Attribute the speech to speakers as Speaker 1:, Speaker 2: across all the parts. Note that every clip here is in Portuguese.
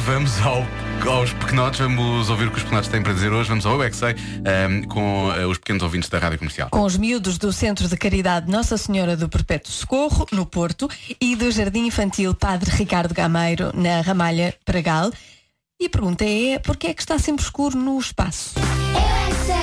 Speaker 1: Vamos ao- aos pequenotes, vamos ouvir o que os pequenotes têm para dizer hoje. Vamos ao Eu É Que Sei, ahm, com eh, os pequenos ouvintes da Rádio Comercial.
Speaker 2: Com os miúdos do Centro de Caridade Nossa Senhora do Perpétuo Socorro, no Porto, e do Jardim Infantil Padre Ricardo Gameiro, na Ramalha Pragal. E a pergunta é, porquê é que está sempre escuro no espaço?
Speaker 3: Eu é que sei,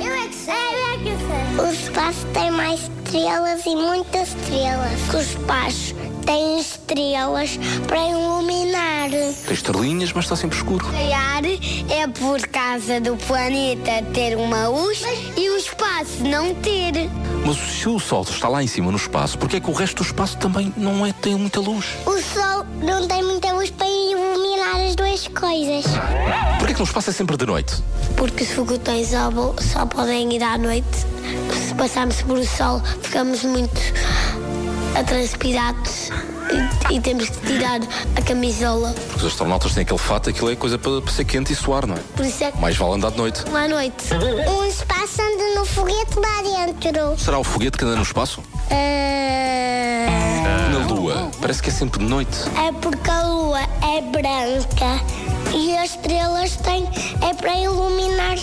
Speaker 3: eu é que sei, eu é que sei, eu é que sei, eu é que sei. O espaço tem mais estrelas e muitas estrelas. Que o espaço tem estrelas para iluminar.
Speaker 4: Tem estrelinhas, mas está sempre escuro.
Speaker 3: Criar é por causa do planeta ter uma luz e o espaço não ter.
Speaker 4: Mas se o Sol está lá em cima no espaço, porque é que o resto do espaço também não é, tem muita luz?
Speaker 3: O sol não tem muita luz para iluminar as duas coisas.
Speaker 4: Porquê é que no espaço é sempre de noite?
Speaker 3: Porque os foguetões só, vo- só podem ir à noite. Se passarmos por o sol, ficamos muito transpirados e, e temos que tirar a camisola.
Speaker 4: Porque os astronautas têm aquele fato, aquilo é coisa para, para ser quente e suar, não é?
Speaker 3: Por isso é que
Speaker 4: Mais vale andar de noite.
Speaker 3: à noite. Um espaço anda no foguete lá dentro.
Speaker 4: Será o foguete que anda no espaço?
Speaker 3: Ah.
Speaker 4: Na Lua. Parece que é sempre de noite.
Speaker 3: É porque a lua é branca e as estrelas têm. é para iluminar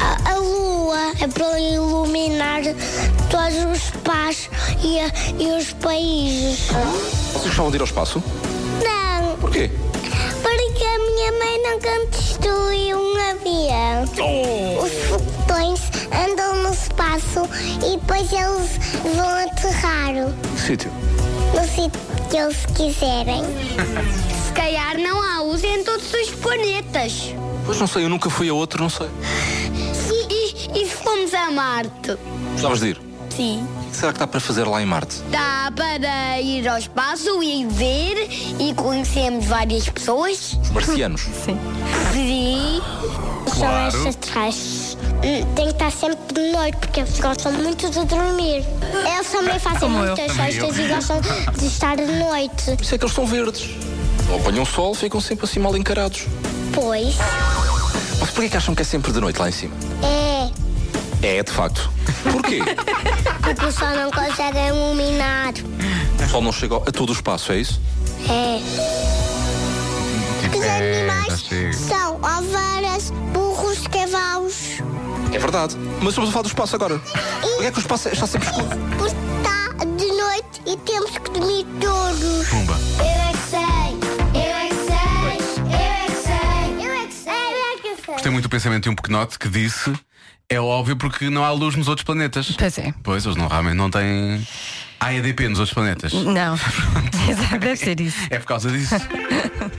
Speaker 3: a, a lua, é para iluminar todos os pais e, a- e os países.
Speaker 4: Vocês gostavam de ir ao espaço?
Speaker 3: Não,
Speaker 4: Porquê?
Speaker 3: porque a minha mãe não construiu um avião. Os foguetões andam no espaço e depois eles vão aterrar
Speaker 4: Sítio.
Speaker 3: no sítio que eles quiserem. Se calhar não há luz em todos os planetas.
Speaker 4: Pois não sei, eu nunca fui a outro, não sei.
Speaker 3: E, se fomos a Marte?
Speaker 4: Gostavas de ir?
Speaker 3: Sim.
Speaker 4: O que será que dá para fazer lá em Marte?
Speaker 3: Dá para ir ao espaço e ver e conhecemos várias pessoas.
Speaker 4: Os marcianos.
Speaker 3: Sim.
Speaker 1: Claro.
Speaker 3: São extraterrestres. Hum, Tem que estar sempre de noite porque eles gostam muito de dormir. Eles também fazem
Speaker 2: Como eu.
Speaker 3: muitas
Speaker 1: Também
Speaker 3: festas e gostam de estar de noite.
Speaker 4: Por isso é que eles são verdes. Não apanham sol, ficam sempre assim mal encarados.
Speaker 3: Pois
Speaker 4: Mas porquê que acham que é sempre de noite lá em cima?
Speaker 3: é
Speaker 4: É, de facto. Porquê?
Speaker 3: porque o sol não consegue iluminar.
Speaker 4: O sol não chega a todo o espaço, é isso?
Speaker 3: É.
Speaker 1: Tipo,
Speaker 3: Os
Speaker 1: é, já chega.
Speaker 3: animais são ovelhas, burros, cavalos.
Speaker 4: É verdade. Mas estamos a falar do espaço agora. Porquê é que o espaço está sempre escuro?
Speaker 3: Porque está tá de noite e temos que dormir todos.
Speaker 1: Pumba.
Speaker 3: Eu é que sei, eu é que sei, eu é que sei, eu é que sei, eu é que sei.
Speaker 1: Gostei muito do pensamento de um pequenote que disse: é óbvio porque não há luz nos outros planetas.
Speaker 2: Pois é.
Speaker 1: Pois, eles não, realmente não têm. Há EDP nos outros planetas.
Speaker 2: Não, deve ser isso.
Speaker 1: É por causa disso.